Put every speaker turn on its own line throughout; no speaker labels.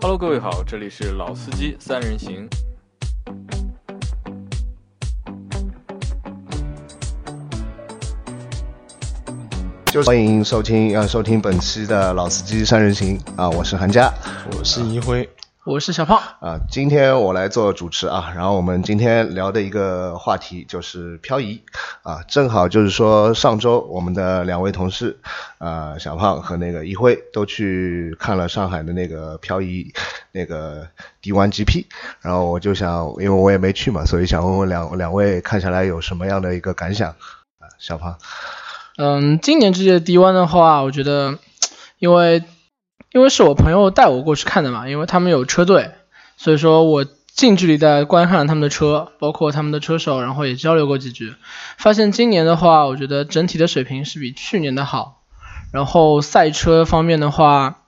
Hello，各位好，这里是老司机三人行。
就是欢迎收听呃收听本期的《老司机三人行》啊，我是韩佳
我是一辉，
我是小胖，
啊，今天我来做主持啊，然后我们今天聊的一个话题就是漂移啊，正好就是说上周我们的两位同事啊，小胖和那个一辉都去看了上海的那个漂移那个 D1 GP，然后我就想，因为我也没去嘛，所以想问问两两位看下来有什么样的一个感想啊，小胖。
嗯，今年这届 D1 的话，我觉得，因为因为是我朋友带我过去看的嘛，因为他们有车队，所以说我近距离的观看了他们的车，包括他们的车手，然后也交流过几句，发现今年的话，我觉得整体的水平是比去年的好，然后赛车方面的话，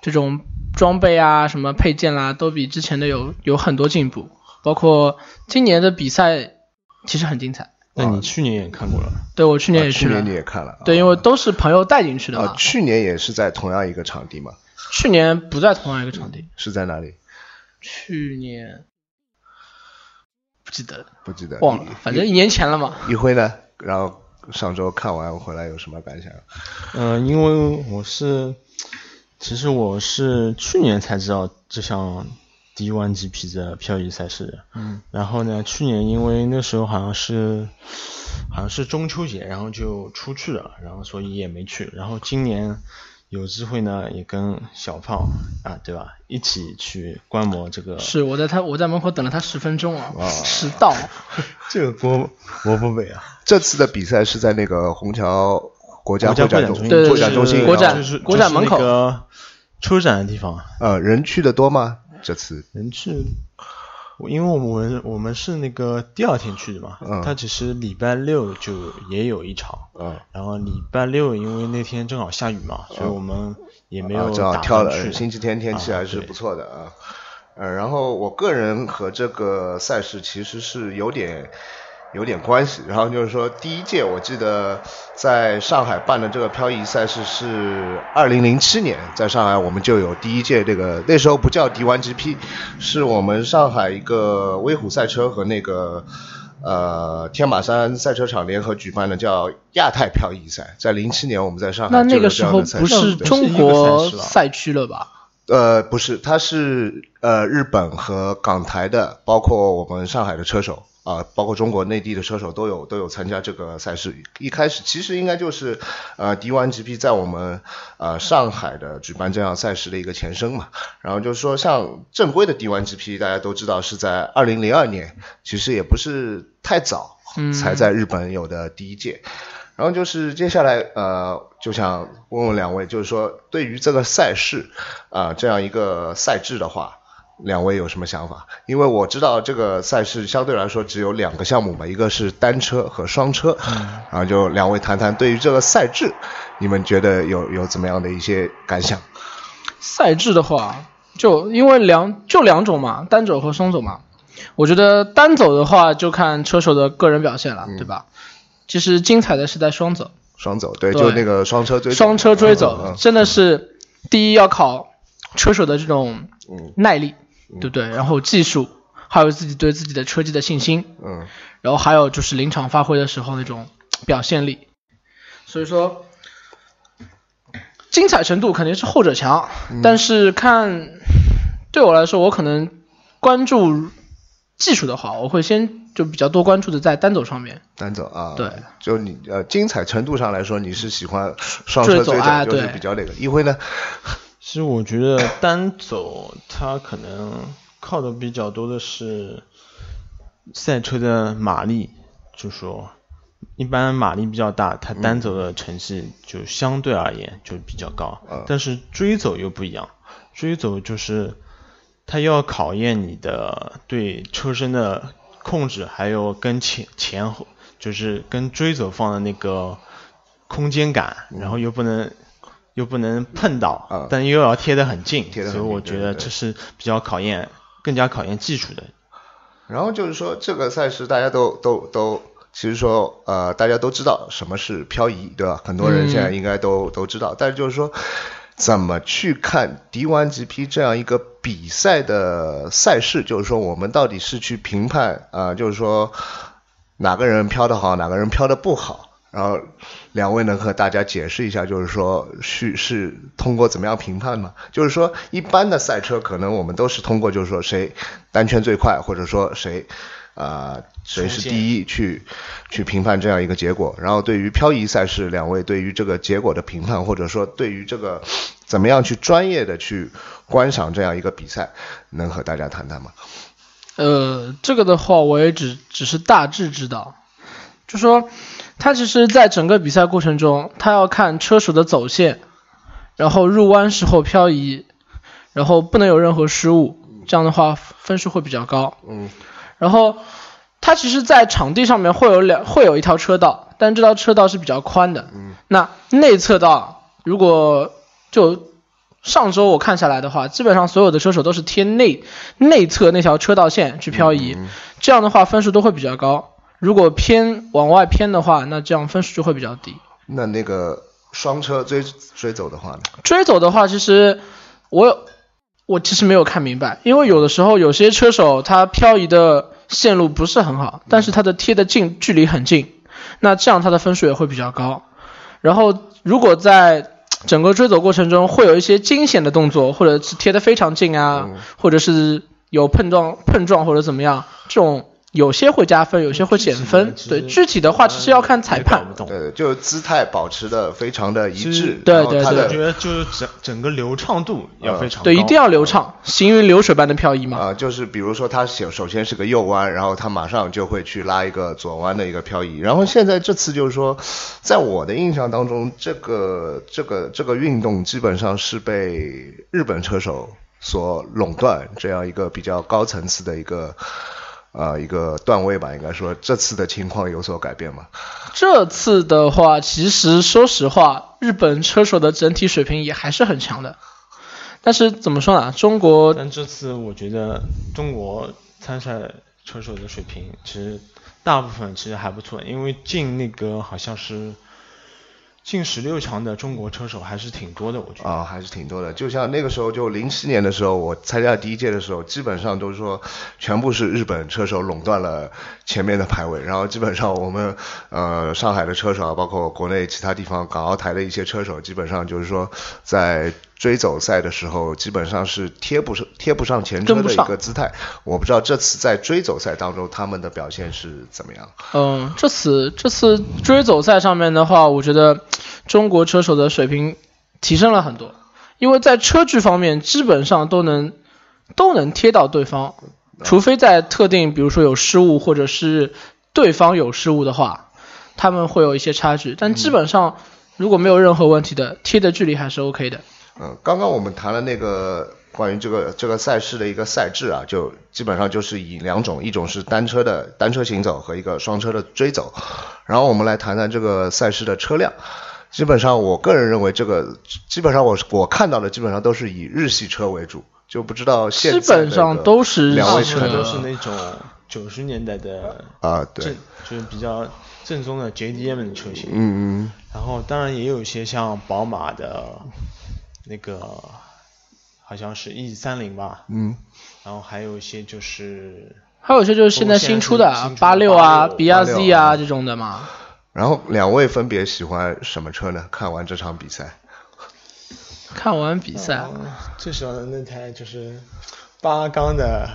这种装备啊、什么配件啦、都比之前的有有很多进步，包括今年的比赛其实很精彩。
那你去年也看过了，
对我去年
啊
也
去
去了，
年你也看了，
嗯对，
啊
因为都是朋友带进去的嘛。
啊，去年也是在同样一个场地嘛，
去年不在同样一个场地，
是在哪里？
去年不记得了，
不记得，
忘了，反正一年前了嘛。
呃一辉呢？然后上周看完回来有什么感想？
嗯、因为我是，其实我是去年才知道这项 D1GP 的漂移赛事的，嗯，然后呢，去年因为那时候好像是，好像是中秋节，然后就出去了，然后所以也没去，然后今年。有机会呢，也跟小胖啊，对吧，一起去观摩这个
是我在他我在门口等了他十分钟啊，
啊哇
迟到。
这个 锅萝卜尾啊，
这次的比赛是在那个虹桥国家
国家
展
展
中
中心，
对对
会展中心，啊
对国展
然
就
后
是
国展门
就
口
是那个车展的地方，
呃，人去的多吗？这次
人去，我因为我们我们是那个第二天去的嘛，
嗯
他其实礼拜六就也有一场，
啊，
然后礼拜六因为那天正好下雨嘛，所以我们也没有
嗯啊正好
打
挑
算
了
去。
星期天天气还是
啊对
不错的啊。呃，然后我个人和这个赛事其实是有点有点关系。然后就是说，第一届我记得在上海办的这个漂移赛事是二零零七年，在上海我们就有第一届这个，那时候不叫 D1GP，是我们上海一个威虎赛车和那个。呃，天马山赛车场联合举办的叫亚太漂移赛，在零七年我们在上海
那
就
那
有
个
这
时
样
候
的赛
不
事
是
对
中国赛区了吧？
呃，不是，他是呃日本和港台的，包括我们上海的车手啊、包括中国内地的车手都有都有参加这个赛事。一开始其实应该就是呃 D1GP 在我们呃上海的举办这样赛事的一个前身嘛。然后就是说，像正规的 D1GP，大家都知道是在二零零二年，其实也不是太早
嗯
才在日本有的第一届。然后就是接下来，呃，就想问问两位，就是说对于这个赛事，啊、这样一个赛制的话，两位有什么想法？因为我知道这个赛事相对来说只有两个项目嘛，一个是单车和双车，
嗯
然后就两位谈谈对于这个赛制，你们觉得有有怎么样的一些感想？
赛制的话，就因为两就两种嘛，单走和双走嘛。我觉得单走的话，就看车手的个人表现了，
嗯
对吧？其实精彩的是在双走，
双走，对，
对
就那个双车追
双车
嗯
追
嗯
走
嗯，
真的是第一要考车手的这种
嗯
耐力，对不对？然后技术，还有自己对自己的车技的信心，
嗯，
然后还有就是临场发挥的时候那种表现力。所以说，精彩程度肯定是后者强，
嗯
但是看对我来说，我可能关注技术的话，我会先就比较多关注的在单走上面。
单走啊，
对，
就你呃精彩程度上来说，你是喜欢双车
追走
追
啊
就是
对
比较那个。一辉呢，
其实我觉得单走它可能靠的比较多的是赛车的马力，就说一般马力比较大，它单走的成绩就相对而言就比较高。
嗯
但是追走又不一样，追走就是它要考验你的对车身的控制，还有跟前前后就是跟追走方的那个空间感，
嗯
然后又不能。又不能碰到，
啊
但又要贴得很近，
贴得很
所以
近
我
对
觉得
对
这是比较考验，更加考验技术的。
然后就是说，这个赛事大家都都都，其实说呃，大家都知道什么是漂移，对吧？很多人现在应该都、都知道，但是就是说，怎么去看 D1GP 这样一个比赛的赛事，就是说我们到底是去评判啊、呃就是说哪个人飘的好，哪个人飘的不好。然后两位能和大家解释一下，就是说是是通过怎么样评判吗？就是说一般的赛车，可能我们都是通过就是说谁单圈最快，或者说谁啊、呃谁是
冲线
第一去去评判这样一个结果。然后对于漂移赛事，两位对于这个结果的评判，或者说对于这个怎么样去专业的去观赏这样一个比赛，能和大家谈谈吗？
呃，这个的话，我也只只是大致知道，就说他其实在整个比赛过程中，他要看车手的走线，然后入弯时候漂移，然后不能有任何失误，这样的话分数会比较高。
嗯，
然后它其实，在场地上面会有两会有一条车道，但这条车道是比较宽的。
嗯，
那内侧道如果就上周我看下来的话，基本上所有的车手都是贴内内侧那条车道线去漂移，这样的话分数都会比较高。如果偏往外偏的话，那这样分数就会比较低。
那那个双车追追走的话呢？
追走的话，其实我有我其实没有看明白，因为有的时候有些车手他漂移的线路不是很好，但是他的贴的近距离很近，那这样他的分数也会比较高。然后如果在整个追走过程中会有一些惊险的动作，或者是贴的非常近啊，或者是有碰撞碰撞或者怎么样，这种有些会加分，有些会减分。对，嗯具体的话其实要看裁判。
不懂。
对，就是姿态保持的非常的一
其实
致，
对
然后
对
他
对嗯
我
的
觉得就是整整个流畅度要非常高，
对，一定要流畅，行云流水般的漂移嘛。
啊、就是比如说他首首先是个右弯，然后他马上就会去拉一个左弯的一个漂移。然后现在这次就是说，在我的印象当中，这个这个这个运动基本上是被日本车手所垄断，这样一个比较高层次的一个呃一个段位吧，应该说这次的情况有所改变吗？
这次的话，其实说实话，日本车手的整体水平也还是很强的。但是怎么说呢？中国
嗯但这次我觉得中国参赛车手的水平其实大部分其实还不错，因为进那个好像是进十六强的中国车手还是挺多的，我觉得。
啊、还是挺多的。就像那个时候，就零七年的时候，我参加第一届的时候，基本上都是说全部是日本车手垄断了前面的排位，然后基本上我们呃上海的车手啊，包括国内其他地方港澳台的一些车手，基本上就是说在追走赛的时候，基本上是贴不上贴不上前车
跟不
的一
上
个姿态。我不知道这次在追走赛当中他们的表现是怎么样。
嗯，这次这次追走赛上面的话，我觉得中国车手的水平提升了很多，因为在车距方面基本上都能都能贴到对方，除非在特定，比如说有失误或者是对方有失误的话，他们会有一些差距，但基本上如果没有任何问题的，贴的距离还是 OK 的。
嗯，刚刚我们谈了那个关于这个这个赛事的一个赛制啊，就基本上就是以两种，一种是单车的单车行走和一个双车的追走，然后我们来谈谈这个赛事的车辆。基本上，我个人认为这个基本上我是我看到的基本上都是以日系车为主，就不知道现在
基本上都是
两位
日系
车
大部分
的
都是那种九十年代的
啊，对
正，，就是比较正宗的 JDM 的车型。
嗯嗯，
然后当然也有一些像宝马的那个好像是 E 三零吧，
嗯，
然后还有一些就是
还有一些就是现在新出的啊
新出的
八六啊、
86
B R Z
86
啊
啊
这种的嘛。
然后两位分别喜欢什么车呢？看完这场比赛，
看完比赛，
嗯最喜欢的那台就是八缸的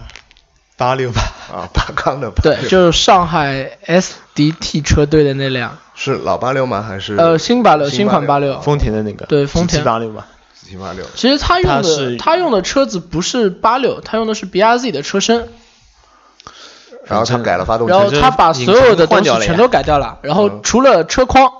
八六吧，
啊， 八缸的八
对，
六
就是上海 SDT 车队的那辆，
是老八六吗？还是
呃，新八六，
新
新
八六
款八六。
丰田的那个，
对丰田
八六吧，
新八六？
其实他用
它是
的他用的车子不是八六，他用的是 BRZ 的车身，
然后他改了发动机
然，后
正
他把所有的东
引擎换掉
西
了呀嗯
全都改掉了，然后除了车框，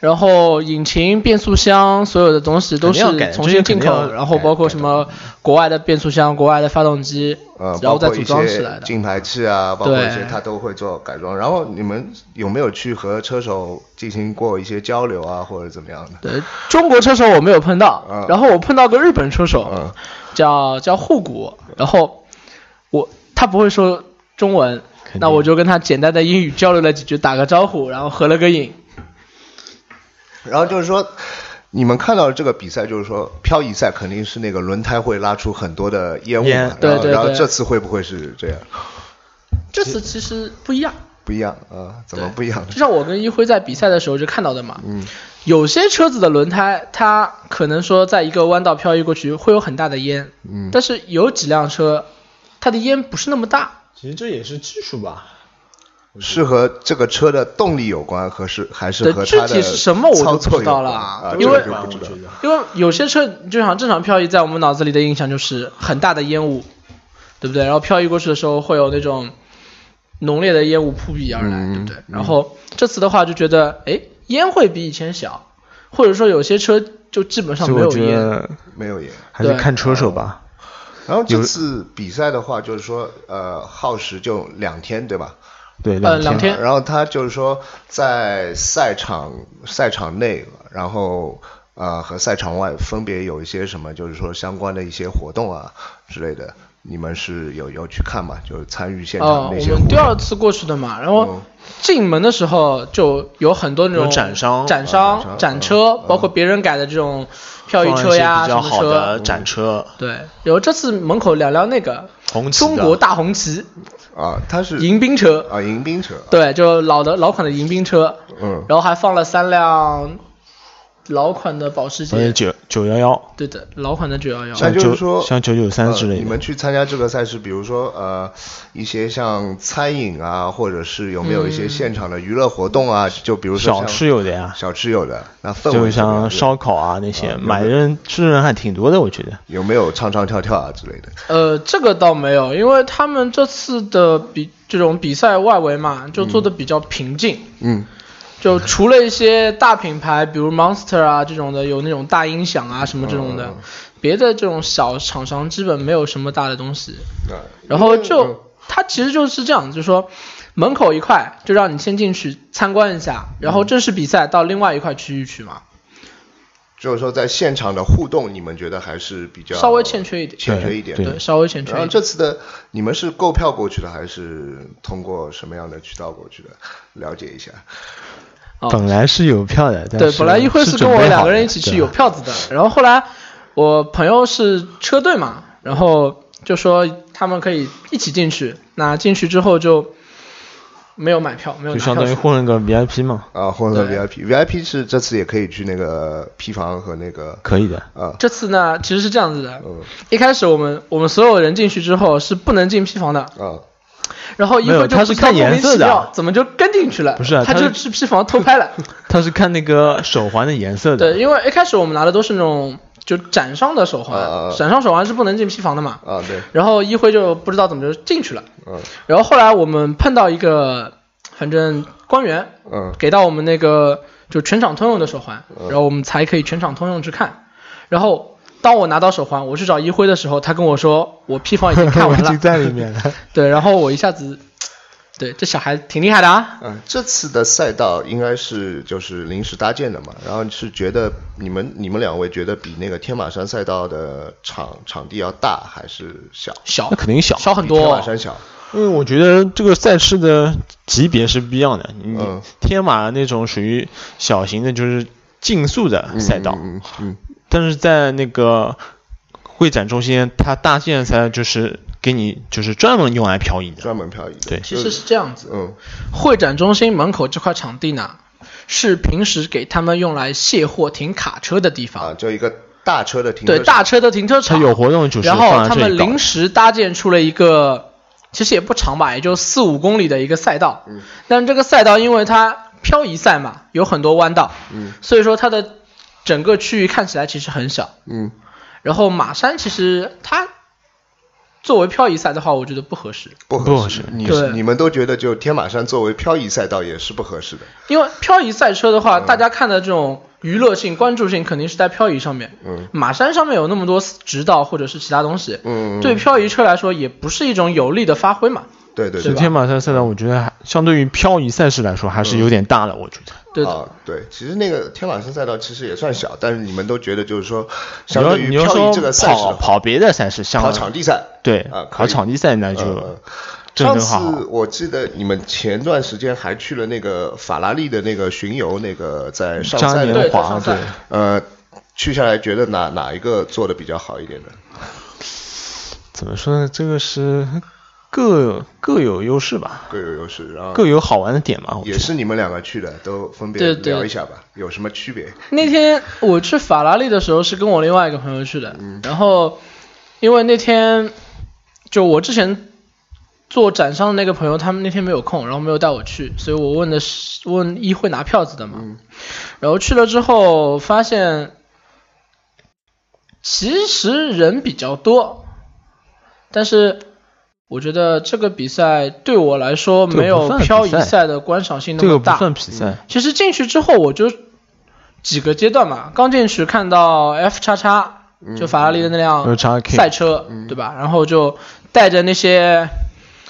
然后引擎、变速箱，所有的东西都是
肯定要改
重新进
这些肯
口，
定要
然后包括什么国外的变速箱、国外的发动机
嗯
呃，，
然
包
后再
括
组
一
装起
些
来的。
进排气啊，包括一些
对
它都会做改装。然后你们有没有去和车手进行过一些交流啊，或者怎么样的？
对，中国车手我没有碰
嗯
到，然后我碰到个日本车手，
嗯，
叫叫护谷，然后我他不会说中文，
肯定
那我就跟他简单的英语交流了几句，打个招呼，然后合了个影。
然后就是说，你们看到这个比赛，就是说漂移赛肯定是那个轮胎会拉出很多的烟雾嘛，
烟
然后
对对
然后
对
这次会不会是这样？
这次其实不一样，
不一样啊？怎么
对
不一样呢？
就像我跟一辉在比赛的时候就看到的嘛，
嗯
有些车子的轮胎它可能说在一个弯道漂移过去会有很大的烟，
嗯，
但是有几辆车它的烟不是那么大，
其实这也是技术吧，
是和这个车的动力有关，和是还是
对
和
具
它
体
的
是什么我就
操
不知
作有
道
关
了
啊？
因
这个
为
就不知道。
因为有些车就像正常漂移，在我们脑子里的印象就是很大的烟雾，对不对？然后漂移过去的时候会有那种浓烈的烟雾扑鼻而来，
嗯
对不对？然后这次的话就觉得，哎，烟会比以前小，或者说有些车就基本上
所以
没
我
有
觉
烟。
得
没有也。
还是
对
看车手吧。
然后这次比赛的话，就是说，呃，耗时就两天，对吧？
对，
呃
两
两天
然后他就是说，在赛场赛场内，然后呃和赛场外分别有一些什么，就是说相关的一些活动啊之类的，你们是有有去看嘛？就是参与现
哦
场，那
我
些活动。
们第二次过去的嘛，然后
嗯
进门的时候就有很多那种
有展商
展
啊展商
商、展车
嗯，
包括别人改的这种漂移
放一
车
些
呀、
比
什
较
么
好的
车。
展车，
对，然后这次门口聊聊那个
红旗的
中国大红旗
啊，他是
迎宾车，
啊迎宾车，
对，就老的老款的迎宾车，
嗯，
然后还放了三辆老款的保时
呃
捷，
九九幺幺，
对的，老款的九幺幺，
像
像
就是
啊九
说
像九九三之
呃
类
你们
的。
去参加这个赛事，比如说呃一些像餐饮啊，或者是有没有一些
嗯
现场的娱乐活动啊？就比如说
小
像
吃有的呀，
小吃有的，那氛围
就
怎么样
像烧烤啊那些，
啊
买人吃的人还挺多的，我觉得。
有没有唱唱跳跳啊之类的？
呃，这个倒没有，因为他们这次的比这种比赛外围嘛，就做的比较平静。
嗯，
就除了一些大品牌，比如 Monster 啊这种的，有那种大音响啊什么这种的，
嗯
别的这种小厂商基本没有什么大的东西。
啊，
然后
嗯
就它其实就是这样，就是说门口一块就让你先进去参观一下，然后正式比赛到另外一块区域去嘛，
就是说在现场的互动，你们觉得还是比较
稍微欠缺一点，
欠缺一点。
对
对，稍微欠缺
然后
一点。
这次的你们是购票过去的，还是通过什么样的渠道过去的？了解一下。
哦
本来是有票的，但
对，
是
本来一辉
是
跟
准备
我两
好
个人
的
一起
对
去有
吧
票子的，然后后来我朋友是车队嘛，然后就说他们可以一起进去，那进去之后就没有买票，没有
就
拿
相
票
当于
去。
混了个 VIP 嘛，
啊，混合
对
VIP，VIP 是这次也可以去那个批房和那个
可以的。
啊，
这次呢，其实是这样子的，
嗯
一开始我们我们所有人进去之后是不能进批房的，
啊，
然后一
没
会
有
就
他
不
是
知道
看
莫
颜
名
色
其
的
妙怎么就跟进去了？
不是啊
他
他
就是去批房 偷拍了。
他是看那个手环的颜色的，
对，因为一开始我们拿的都是那种就展商的手环，
啊啊啊
展商手环是不能进批房的嘛。
啊，对，
然后一辉就不知道怎么就进去了。
嗯
然后后来我们碰到一个，反正官员
嗯
给到我们那个就全场通用的手环，
嗯
然后我们才可以全场通用去看。然后当我拿到手环，我去找一辉的时候，他跟我说我批房已经看完
我已经
了。
在里面了。
对，然后我一下子，对，这小孩挺厉害的啊。
嗯，这次的赛道应该是就是临时搭建的嘛，然后是觉得你们你们两位觉得比那个天马山赛道的场场地要大还是小？
小
那肯定小
小很
比天
多
马，山小，
因为我觉得这个赛事的级别是不一样的。你
嗯
天马那种属于小型的，就是竞速的赛道，
嗯嗯
但是在那个会展中心，它搭建赛道就是给你就是专门用来漂移
嗯，
的。
专门漂移的，
对
其实是这样子。
嗯
会展中心门口这块场地呢，是平时给他们用来卸货、停卡车的地
啊，
方。
就一个大车的停车
对，大车的停车
它
场。
有活动就是
然后
放在
他
这
们
里搞
临时搭建出了一个，其实也不长吧，也就四五公里的一个赛道。
嗯
但是这个赛道因为它漂移赛嘛，有很多弯道，
嗯
所以说它的整个区域看起来其实很小。
嗯
然后马山其实它作为漂移赛的话，我觉得不合适，
不
不
合
合
适
适，
你
对
你们都觉得就天马山作为漂移赛道也是不合适的，
因为漂移赛车的话，
嗯
大家看的这种娱乐性、关注性肯定是在漂移上面。
嗯
马山上面有那么多直道或者是其他东西，
嗯，
对漂移车来说也不是一种有利的发挥嘛。
对对
是
就
对
吧
天马山赛道，我觉得还相对于漂移赛事来说还
嗯
是有点大了，我觉得。
对的，
啊，对，其实那个天马山赛道其实也算小，但是你们都觉得就是说，
你
相
要
对于
你要
漂
说
移这个赛事
跑
的话，
跑别的赛事，像
跑场地赛，
对
啊，可
跑
以
场地赛那就
嗯嗯
正
上
正好好
次。我记得你们前段时间还去了那个法拉利的那个巡游，那个在上
嘉
赛
年
对
的
华
上赛
对，
呃，去下来觉得哪哪一个做的比较好一点呢？
怎么说呢？这个是各各有优势吧，
各有优势，然后
各有好玩的点嘛。我觉
也
得
是你们两个去的，都分别
对对
聊一下吧，有什么区别？
那天我去法拉利的时候是跟我另外一个朋友去的，
嗯
然后因为那天就我之前做展商的那个朋友，他们那天没有空，然后没有带我去，所以我问的是问一会拿票子的嘛，
嗯
然后去了之后发现其实人比较多，但是。我觉得这个比赛对我来说没
这个不
有
算比赛
漂移赛的观赏性那
这
么
个不
大。
算比
嗯
赛，
其实进去之后，我就几个阶段嘛，刚进去看到 F 叉叉，
嗯
就法拉利的那
有
辆
查嗯 K
赛车，对吧？然后就带着那些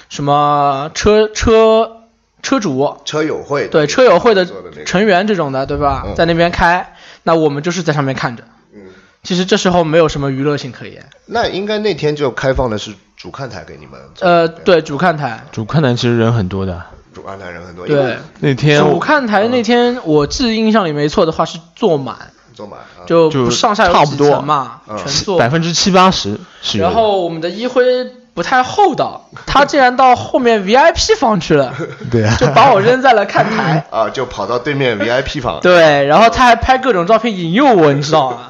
什么车车车主，
车友会
对车友会的
做的那个
成员这种的，对吧？
嗯
在那边开，那我们就是在上面看着。
嗯
其实这时候没有什么娱乐性可言。
那应该那天就开放的是主看台给你们，
呃，对，主看台，
主看台其实人很多的。
主看台人很多，因为
对，
那天嗯
主看台那天我记印象里没错的话是坐满，
坐满啊，
就
就
不上下
差
有
不
几
多
层嘛，
嗯
全坐
百分之七八十是有的。
然后我们的一辉不太厚道，他竟然到后面 VIP 房去 了，
对啊，
就把我扔在了看台。
啊就跑到对 面 VIP 房，
对，然后他还拍各种照片引诱我，你知道吗？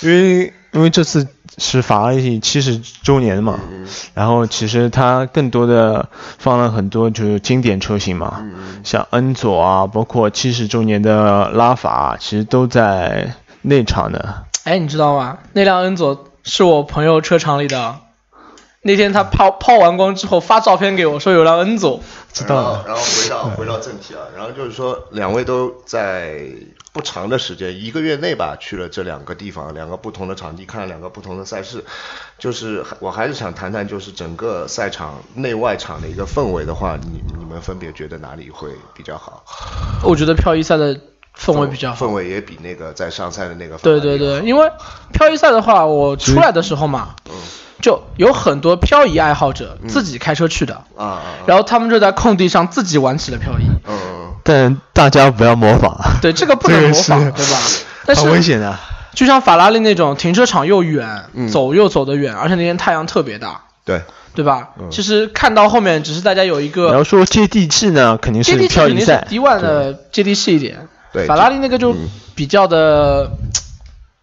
因为因为这次是法拉利七十周年嘛，
嗯
然后其实它更多的放了很多就是经典车型嘛，
嗯
像恩佐啊，包括七十周年的拉法，其实都在内场的。
哎，你知道吗？那辆恩佐是我朋友车厂里的。那天他抛抛完光之后发照片给我，说有辆恩佐，
知
然
道
后
了，
然后回 到回到正题啊，然后就是说，两位都在不长的时间，一个月内吧，去了这两个地方，两个不同的场地，看了两个不同的赛事。就是我还是想谈谈，就是整个赛场内外场的一个氛围的话，你你们分别觉得哪里会比较好？
我觉得漂移赛的氛围比较好。
氛围也比那个在上赛的那个
对对对，因为漂移赛的话，我出来的时候嘛，
嗯
就有很多漂移爱好者自己开车去的，
啊啊，
然后他们就在空地上自己玩起了漂移。
嗯嗯
但大家不要模 仿，
对，这个不能模仿，
这
对
个
吧？但
很危
是
险啊的。
就像法拉利那种停车场又远，
嗯
走又走得远，而且那天太阳特别大，
对，
对吧？
嗯
其实看到后面，只是大家有一
你要
个
说接地气呢，肯定
接
是
地气，
漂
肯
移
定是
赛。
迪万的接地气一点。
对
法拉利那个就
嗯
比较的，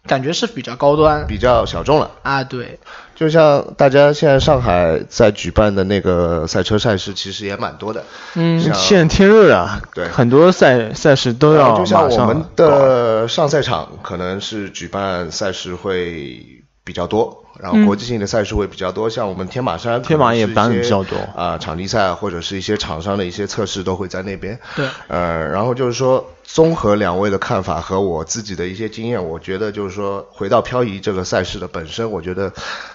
感觉是比较高端
比较小众了。
啊，对，
就像大家现在上海在举办的那个赛车赛事，其实也蛮多的。
嗯
像
现在天热了，
对
很多赛赛事都
然后
要
呃就
啊马
像
上
我们
搞
的上赛场可能是举办赛事会比较多，然
嗯
后国际性的赛事会比较多，像我们天马山可能是一些、
天马也办得比较多
啊、场地赛或者是一些厂商的一些测试都会在那边。
对，
呃，然后就是说，综合两位的看法和我自己的一些经验，我觉得就是说，回到漂移这个赛事的本身，我觉得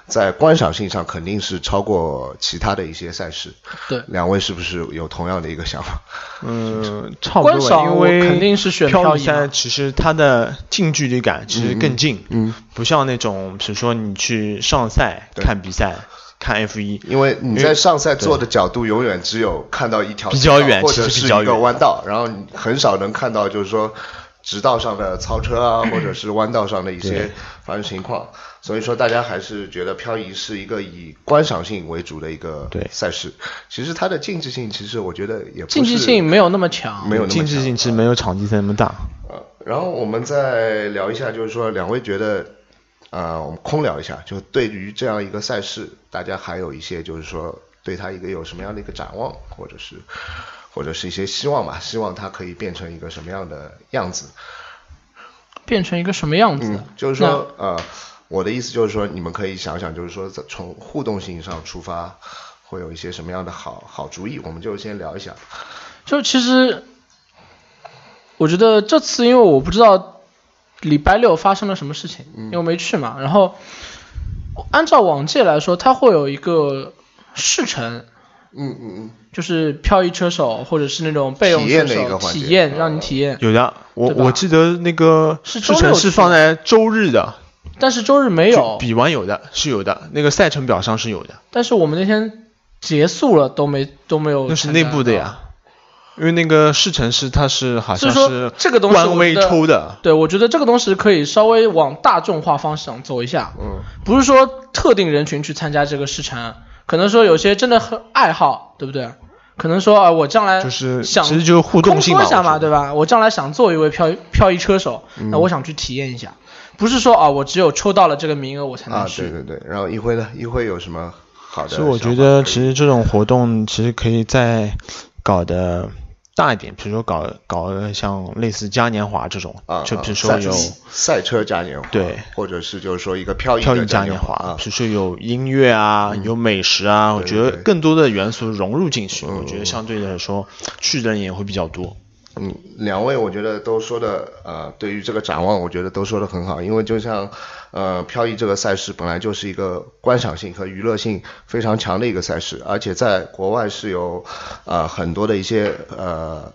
在观赏性上肯定是超过其他的一些赛事。
对
两位是不是有同样的一个想法？
嗯， 差不
观
多，
赏
因
我
为
肯定是选漂
漂
移
移赛，
嘛
其实它的近距离感其实更近，嗯，不像那种比如说你去上赛
对
看比赛，看 F 一，
因为你在上赛做的角度永远只有看到一条
比较远
或者
其实
是
比较
一
远
个弯道，然后你很少能看到就是说直道上的超车啊，或者是弯道上的一些发生情况。所以说大家还是觉得漂移是一个以观赏性为主的一个
对
赛事。其实它的竞技性其实我觉得也不是
竞技性没有那么强，
没有那么
竞技
强
性其实没有场地赛那么大。
呃，然后我们再聊一下，就是说两位觉得，呃，我们空聊一下，就对于这样一个赛事，大家还有一些就是说对它一个有什么样的一个展望，或者是或者是一些希望吧，希望它可以变成一个什么样的样子。
变成一个什么样子
嗯？，就是说，呃，我的意思就是说，你们可以想想，就是说在从互动性上出发，会有一些什么样的好好主意，我们就先聊一下。
就其实，我觉得这次因为我不知道礼拜六发生了什么事情，
嗯
因为我没去嘛。然后按照往届来说，它会有一个试乘，
嗯嗯嗯，
就是漂移车手或者是那种备用
体
车
验的一个
手
环节哦
体验，让你体验。
有的，我
对吧
我记得那个
是周
试
六
程是
去哦
放在周日的，
但是周日没
就
有，
比完有的是有的，那个赛程表上是有的，
但是我们那天结束了都没都没有。
那是内部的。呀。因为那个试乘是它是好
所
像
以说
是
这个东西我
官微
觉得
抽的，
对，我觉得这个东西可以稍微往大众化方向走一下，
嗯，
不是说特定人群去参加这个试乘，可能说有些真的很爱好，对不对？可能说啊、我将来
就是
想
其实就是互动性
空
嘛，
说一下嘛，
我觉
对
得嗯
吧？我将来想做一位漂漂移车手，那我想去体验一下，不是说啊、我只有抽到了这个名额我才能
啊，
去。
对对对。然后一辉呢？一辉有什么好的想
所
法？
以我觉得其实这种活动其实可以再搞得大一点，比如说搞搞像类似嘉年华这种，
啊，
就
啊
比如说
赛
有
赛车嘉年华，
对，
或者是就是说一个漂移
漂
的
移嘉年
年
华
啊，嗯
比，如说有音乐啊，有美食啊，我
对
觉
对
得
对
更多的元素融入进去，我觉
嗯
得相对来说去的人也会比较多。
嗯，两位我觉得都说的呃，对于这个展望，我觉得都说的很好，因为就像呃漂移这个赛事本来就是一个观赏性和娱乐性非常强的一个赛事，而且在国外是有呃很多的一些呃。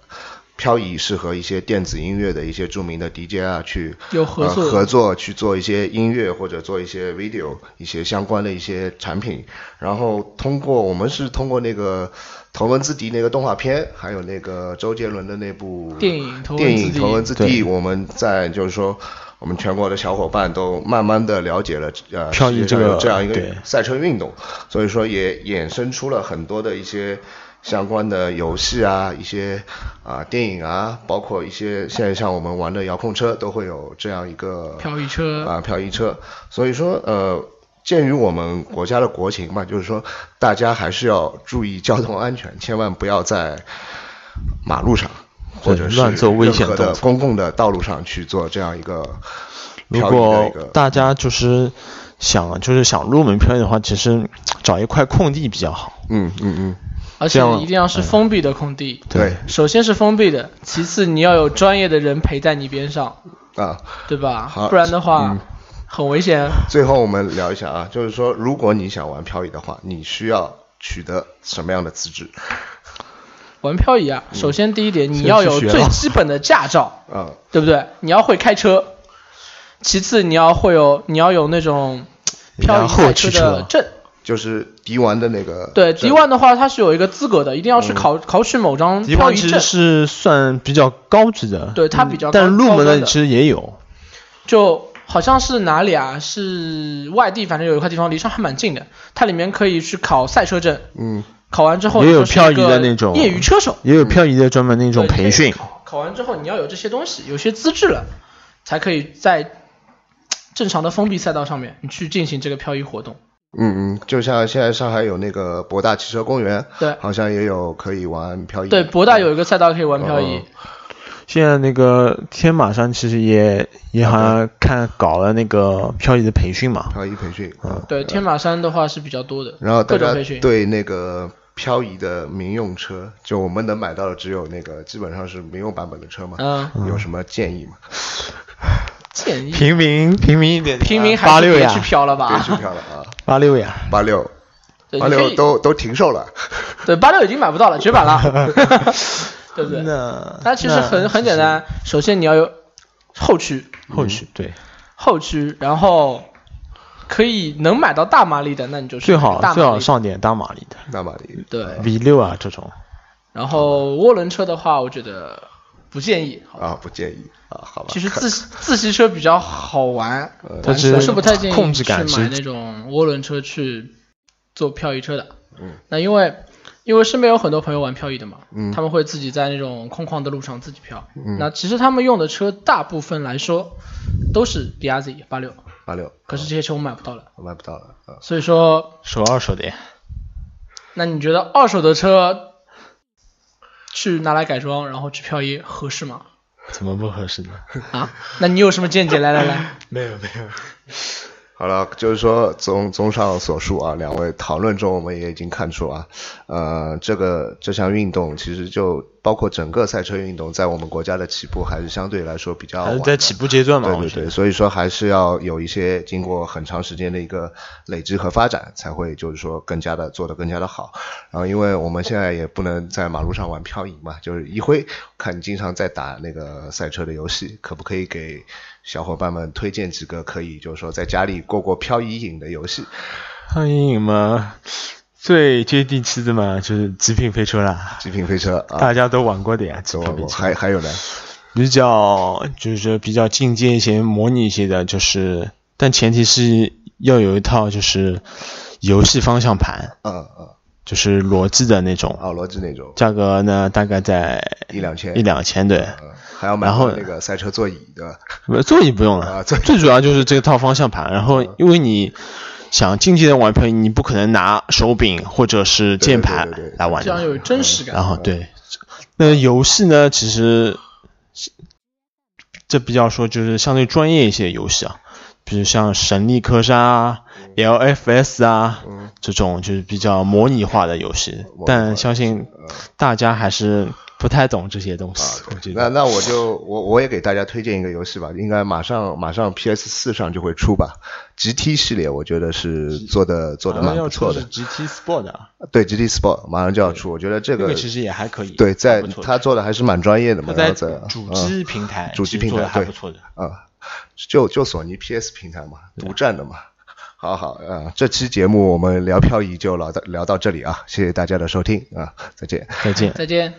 漂移是和一些电子音乐的一些著名的 DJ 啊去
有合作
呃、合作去做一些音乐或者做一些 video 一些相关的一些产品，然后通过我们是通过那个头文字 D 那个动画片，还有那个周杰伦的那部
电影头文字
电
D
影《头文字 D》，
对
我们在就是说，我们全国的小伙伴都慢慢的了解了呃，
漂移
世界上
这个
有这样一个
对
赛车运动，所以说也衍生出了很多的一些相关的游戏啊，一些啊、电影啊，包括一些现在像我们玩的遥控车都会有这样一个
漂移车
啊、漂移车，所以说呃。鉴于我们国家的国情嘛，就是说大家还是要注意交通安全，千万不要在马路上或者是
乱做危险
任何的
动作
公共的道路上去做这样一个
如
漂移的一
果
个
大家就是想就是想入门漂移的话，其实找一块空地比较好。
嗯嗯嗯，
而且
这样嗯
一定要是封闭的空地。
对
首先是封闭的，其次你要有专业的人陪在你边上，
啊，
对吧
好？
不然的话、
嗯
很危险。
最后我们聊一下啊，就是说如果你想玩漂移的话，你需要取得什么样的资质
玩漂移啊，首先第一点你
嗯先
要
去
有
学
最
了
基本的驾照，
啊？
对不对？你要会开车，其次你要会有你要有那种
人家
漂移赛
后驱
车的
车
证。
就是迪玩的那个
对
证
D1 的话，它是有一个资格的，一定要去
嗯
考、考取某
嗯
张
迪
漂
万
移
其实
证。
是算比较高级的，
对它比较
嗯但
高
入门
高端
的
的
其实也有，
就好像是哪里啊？是外地，反正有一块地方离上海蛮近的，它里面可以去考赛车证。
嗯，
考完之后
也有
你就是一个
漂移的那种
业余车手。
也有漂移的专门那种
对
培训。
考完之后你要有这些东西，有些资质了，才可以在正常的封闭赛道上面你去进行这个漂移活动。
嗯嗯，就像现在上海有那个博大汽车公园，
对
好像也有可以玩漂移。
对，博大有一个赛道可以玩漂移，
哦现在那个天马山其实也也好像看搞了那个漂移的培训嘛，
漂移培训啊。
对，天马山的话是比较多
嗯
的，
然后大
各种
家
培训。
对那个漂移的民用车，就我们能买到的只有那个基本上是民用版本的车嘛，
嗯，
有什么建议吗？
建议
平民平民一点，
平民还
啊八
是
六
别去
呀，
漂了
别去
吧。
漂了 啊，
八六呀，
八六
对，
八
你可
六
以
都都停售了，
对八六已经买不到了，绝版 了，对不对？
那
它其实很很简单，首先你要有后驱，
后续对
后驱，然后可以能买到大马力的，那你就去
最
买
好
大马
最好
力
上点大马力的
那马力
对。
V 六啊这种，
然后涡轮车的话，我觉得不建议。
啊不建议啊，好吧。
其实自自行车比较好玩，
它
但
其
是
实
我是不太建议
控制感
去买
是
那种涡轮车去做漂移车的。
嗯，
那因为因为身边有很多朋友玩漂移的嘛，
嗯
他们会自己在那种空旷的路上自己漂。那其实他们用的车大部分来说都是 DRZ 八六，
八六
可是这些车我买不到了，
我买不到了啊，
所以说
手二手的呀，
那你觉得二手的车去拿来改装，然后去漂移合适吗？
怎么不合适呢？
啊？那你有什么见解？来来来，
没有没有，
好了，就是说综综上所述啊，两位讨论中我们也已经看出啊，呃，这个这项运动其实就包括整个赛车运动，在我们国家的起步还是相对来说比较
还是
晚
在
的
起步阶段嘛，
对
我
对
觉
对，
得
所以说还是要有一些经过很长时间的一个累积和发展，才会就是说更加的做得更加的好。然后，因为我们现在也不能在马路上玩漂移嘛， 就是一辉，看你经常在打那个赛车的游戏，可不可以给小伙伴们推荐几 个可以就是说在家里过过漂移瘾的游戏？
苍蝇嘛，最接地气的嘛，就是极品飞车啦，
极品飞车啊
大，家都玩过的呀，极
走
品飞
我
车
还还 有呢，
比较就是比较进阶一些、模拟一些的，就是但前提是要有一套就是游戏方向盘，
嗯嗯，
就是逻辑的那种，
奥罗兹那种
价格呢大概在
一两千
一，两千对，
嗯还要买
然后
那个赛车座椅对吧？
呃座椅不用了，
啊，座椅
最主要就是这套方向盘，然后因为你。想进阶的玩朋友，你不可能拿手柄或者是 键
对
盘
对对对对
来玩
这
的嘛，
样有真实感。
然
嗯
后啊对，那游戏呢，其实这比较说就是相对专业一些游戏啊，比如像《神力科莎》啊、LFS 啊、
嗯
这种就是比较模拟化的游戏
模拟，化
但
的
相信
嗯
大家还是不太懂这些东
啊
西，我觉
对那
得。
那我就我我也给大家推荐一个游戏吧，应该马上马上 PS 四上就会出吧。GT 系列我觉得是做的做的
啊
蛮不错的，
GT Sport 啊，
对 GT Sport 马上就要出，我觉得这
这
个
个其实也还可以，
对在
不错的
他做的还是蛮专业的
它
嘛，然
在
后在
主
嗯
机平台
主
其
机
实
平
做的
台
还
对
不错的，
啊，就就索尼 PS 平台嘛，独占的嘛。好好啊，这期节目我们聊漂移就聊到聊到这里啊，谢谢大家的收听啊，再见。
再见。
再见。